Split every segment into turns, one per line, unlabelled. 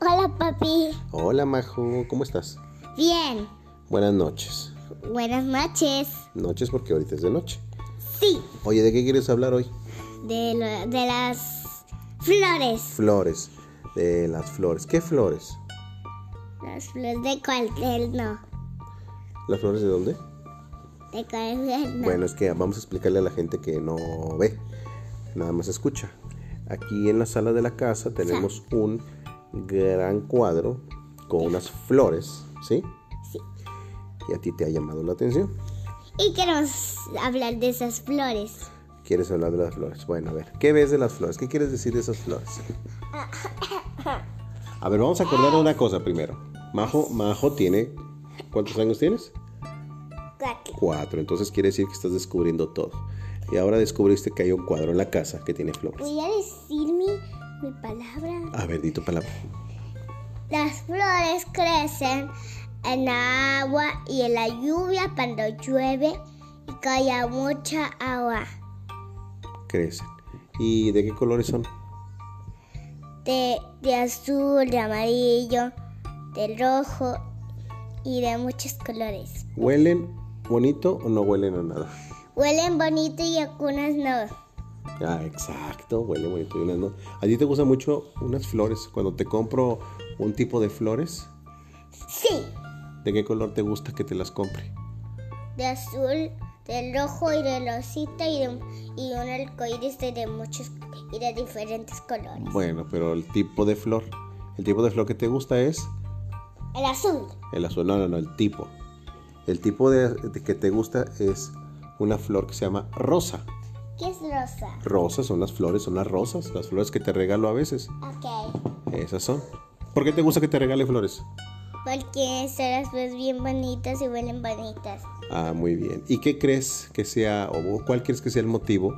Hola papi,
Hola Majo, ¿cómo estás?
bien.
Buenas noches.
Buenas noches.
Noches porque ahorita es de noche.
Sí,
Oye, ¿de qué quieres hablar hoy?
de, lo- de las flores.
Flores. De las flores. ¿Qué flores?
Las flores de cuartel no.
¿Las flores de dónde?
De cuartel no.
Bueno, es que vamos a explicarle a la gente que no ve, nada más escucha. Aquí en la sala de la casa tenemos un gran cuadro con unas flores, ¿sí?
Sí.
Y a ti te ha llamado la atención.
Y queremos hablar de esas flores.
¿Quieres hablar de las flores? Bueno, a ver, ¿qué ves de las flores? ¿Qué quieres decir de esas flores? A ver, vamos a acordar de una cosa primero. Majo, Majo tiene, ¿cuántos años tienes?
Cuatro.
Cuatro, entonces quiere decir que estás descubriendo todo. Y ahora descubriste que hay un cuadro en la casa que tiene flores.
Voy a decir mi, mi palabra.
A ver, di tu palabra.
Las flores crecen en agua y en la lluvia cuando llueve y cae mucha agua.
Crecen. ¿Y de qué colores son?
de, de azul, de amarillo, de rojo y de muchos colores.
¿Huelen bonito o no huelen a nada?
Huelen bonito y algunas no.
Ah, exacto, huele bonito. y unas no. ¿A ti te gustan mucho unas flores? Cuando te compro un tipo de flores,
Sí,
¿De qué color te gusta que te las compre?
de azul, de rojo y de rosita y, de, y un arcoíris de, de muchos y de diferentes colores.
Bueno, pero el tipo de flor. El tipo de flor que te gusta es
El azul,
el azul. No, no, no, el tipo. El tipo de, de que te gusta es una flor que se llama rosa.
que es rosa.
Rosas son las flores, son las rosas, las flores que te regalo a veces.
Ok,
Esas son. ¿Por qué te gusta que te regale flores?
porque son las flores bien bonitas y huelen bonitas.
Ah, muy bien. ¿Y qué crees que sea, o cuál crees que sea el motivo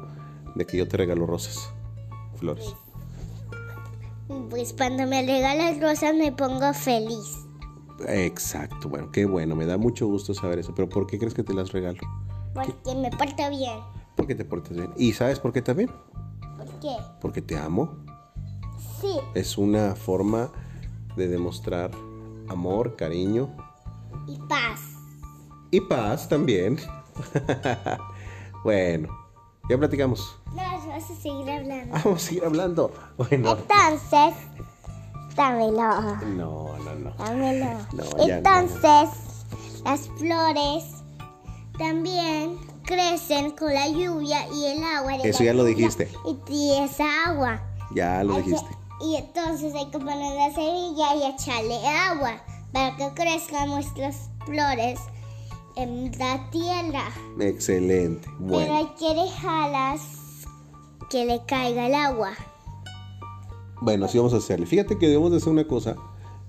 de que yo te regalo rosas? Flores.
Pues cuando me regalas rosas me pongo feliz.
Exacto, bueno, qué bueno, me da mucho gusto saber eso. Pero ¿por qué crees que te las regalo?
Porque me porto bien.
Porque te portas bien. ¿Y sabes por qué también?
¿Por qué?
Porque te amo.
Sí,
Es una forma de demostrar amor, cariño
y paz.
y paz también. bueno, ya platicamos.
No, vas a seguir hablando.
Vamos a seguir hablando. Bueno.
Entonces, dámelo,
No, no, no.
dámelo.
No, ya no.
Entonces, las flores también crecen con la lluvia y el agua. de
Eso
la
ya lo
lluvia
dijiste.
Y, y esa agua.
Ya lo
Hay que-
dijiste.
Y entonces hay que poner la semilla y echarle agua para que crezcan nuestras flores en la tierra.
Excelente.
Pero
Bueno.
hay que dejarlas que le caiga el agua.
Bueno, así vamos a hacerle. Fíjate que debemos de hacer una cosa.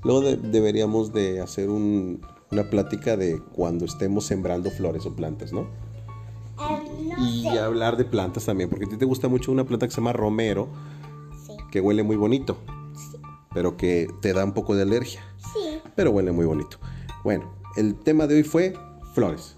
Luego de- deberíamos de hacer un- una plática de cuando estemos sembrando flores o plantas, ¿no?
Ah, no
Y
sé.
hablar de plantas también, porque a ti te gusta mucho una planta que se llama romero,
Sí.
que huele muy bonito, pero que te da un poco de alergia,
sí,
pero huele muy bonito. Bueno, el tema de hoy fue flores,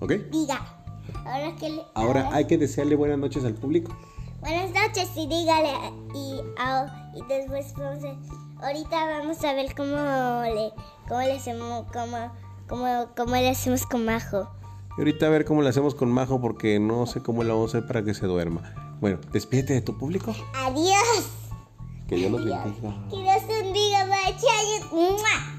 ¿ok?
diga. Ahora que le-
Ahora
ahora-
hay que desearle buenas noches al público.
Buenas noches y dígale. Y, ao- y después vamos a- Ahorita vamos a ver cómo le, cómo le hacemos, cómo, cómo, cómo le hacemos con Majo.
Y ahorita a ver cómo le hacemos con Majo, porque no sé cómo la vamos a hacer para que se duerma. Bueno, despídete de tu público.
Adiós.
Que Dios los bendiga.
Que Dios te bendiga, bye, chao, y- ¡Mua!